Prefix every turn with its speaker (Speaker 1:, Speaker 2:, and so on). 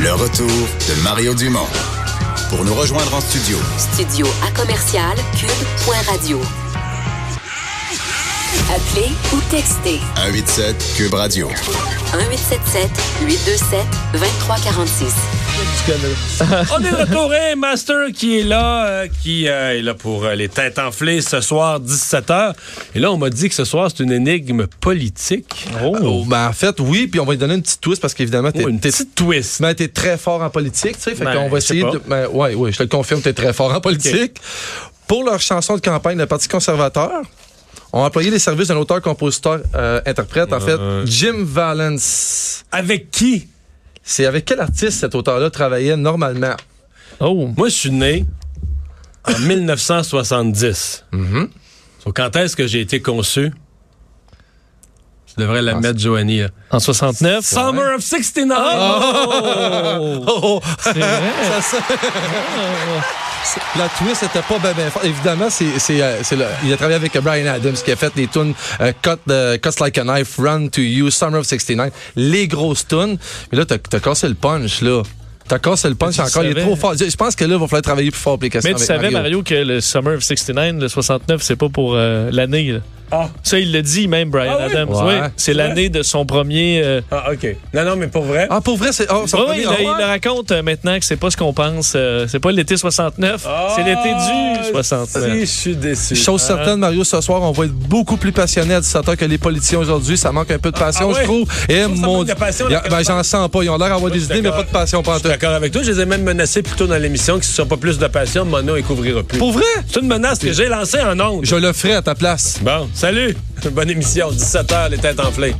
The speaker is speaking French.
Speaker 1: Le retour de Mario Dumont. Pour nous rejoindre en studio.
Speaker 2: Studio à commercial cube.radio. Appelez ou textez
Speaker 1: 187 Cube Radio.
Speaker 2: 1877 827 2346.
Speaker 3: On est de retour, hein, Master qui est là, euh, qui euh, est là pour euh, les têtes enflées ce soir, 17h. Et là, on m'a dit que ce soir, c'est une énigme politique.
Speaker 4: Oh, ben, en fait, oui, puis on va lui donner une petite twist parce qu'évidemment, t'es
Speaker 3: Oh, une
Speaker 4: t'es-
Speaker 3: petite twist.
Speaker 4: ben, t'es très fort en politique, tu sais. Fait
Speaker 3: Ben,
Speaker 4: qu'on va
Speaker 3: je sais
Speaker 4: essayer
Speaker 3: pas.
Speaker 4: de. Ben, ouais, ouais, je te le confirme, t'es très fort en politique. Pour leur chanson de campagne, le Parti conservateur ont employé les services d'un auteur-compositeur-interprète, en fait,
Speaker 3: Euh.
Speaker 4: Jim Valence.
Speaker 3: Avec qui?
Speaker 4: C'est avec quel artiste cet auteur-là travaillait normalement?
Speaker 5: Oh.
Speaker 3: Moi, je suis né en 1970. So, quand est-ce que j'ai été conçu? Je devrais la mettre, Joanie. hein. là.
Speaker 5: En 69.
Speaker 3: Summer of 69!
Speaker 4: Oh, oh. Ça, ça-
Speaker 5: Ah.
Speaker 4: La twist était pas bien ben forte. Évidemment, c'est, c'est, euh, c'est le- il a travaillé avec euh, Brian Adams qui a fait des tunes euh, cut, euh, Cuts Like a Knife, Run to You, Summer of 69, les grosses tunes. Mais là, t'as, t'as cassé le punch, là. T'as cassé le punch
Speaker 5: Mais tu
Speaker 4: encore. Il est
Speaker 5: savais.
Speaker 4: trop fort. Je je pense que là, il va falloir travailler plus fort pour les questions
Speaker 5: Mais tu
Speaker 4: avec
Speaker 5: savais, Mario. que le Summer of 69, le 69, c'est pas pour euh, l'année. là.
Speaker 3: Ah.
Speaker 5: Ça, il le dit même, Brian
Speaker 3: Ah oui?
Speaker 5: Adams.
Speaker 4: Ouais.
Speaker 5: Oui, c'est l'année de son premier. euh,
Speaker 3: Ah, OK. Non, non, mais pour vrai.
Speaker 4: Ah, pour vrai, c'est... Oh, ça
Speaker 5: Ouais,
Speaker 4: me
Speaker 5: il,
Speaker 4: donne-
Speaker 5: il le raconte euh, maintenant que c'est pas ce qu'on pense. euh, c'est pas l'été 69, c'est l'été du 69.
Speaker 3: Ah. Si, je suis déçu.
Speaker 4: Chose certaine, Mario, ce soir, on va être beaucoup plus passionné à 17h que les politiciens aujourd'hui. Ça manque un peu de passion,
Speaker 3: Ah ouais?
Speaker 4: je trouve. Et
Speaker 3: Je trouve ça
Speaker 4: mon
Speaker 3: manque de passion,
Speaker 4: Y a-
Speaker 3: la
Speaker 4: ben,
Speaker 3: campagne.
Speaker 4: j'en sens pas. Ils ont l'air d'avoir des
Speaker 3: suis
Speaker 4: idées, mais pas de passion
Speaker 3: Je
Speaker 4: pantoute.
Speaker 3: suis d'accord avec toi. Je les ai même menacés plus tôt dans l'émission que si ce sont pas plus de passion, Mono ne couvrira plus.
Speaker 4: Pour vrai?
Speaker 3: C'est une menace que j'ai lancée en ondes.
Speaker 4: Je le ferai à ta place.
Speaker 3: Bon, salut. Bonne émission. 17h, les têtes enflées.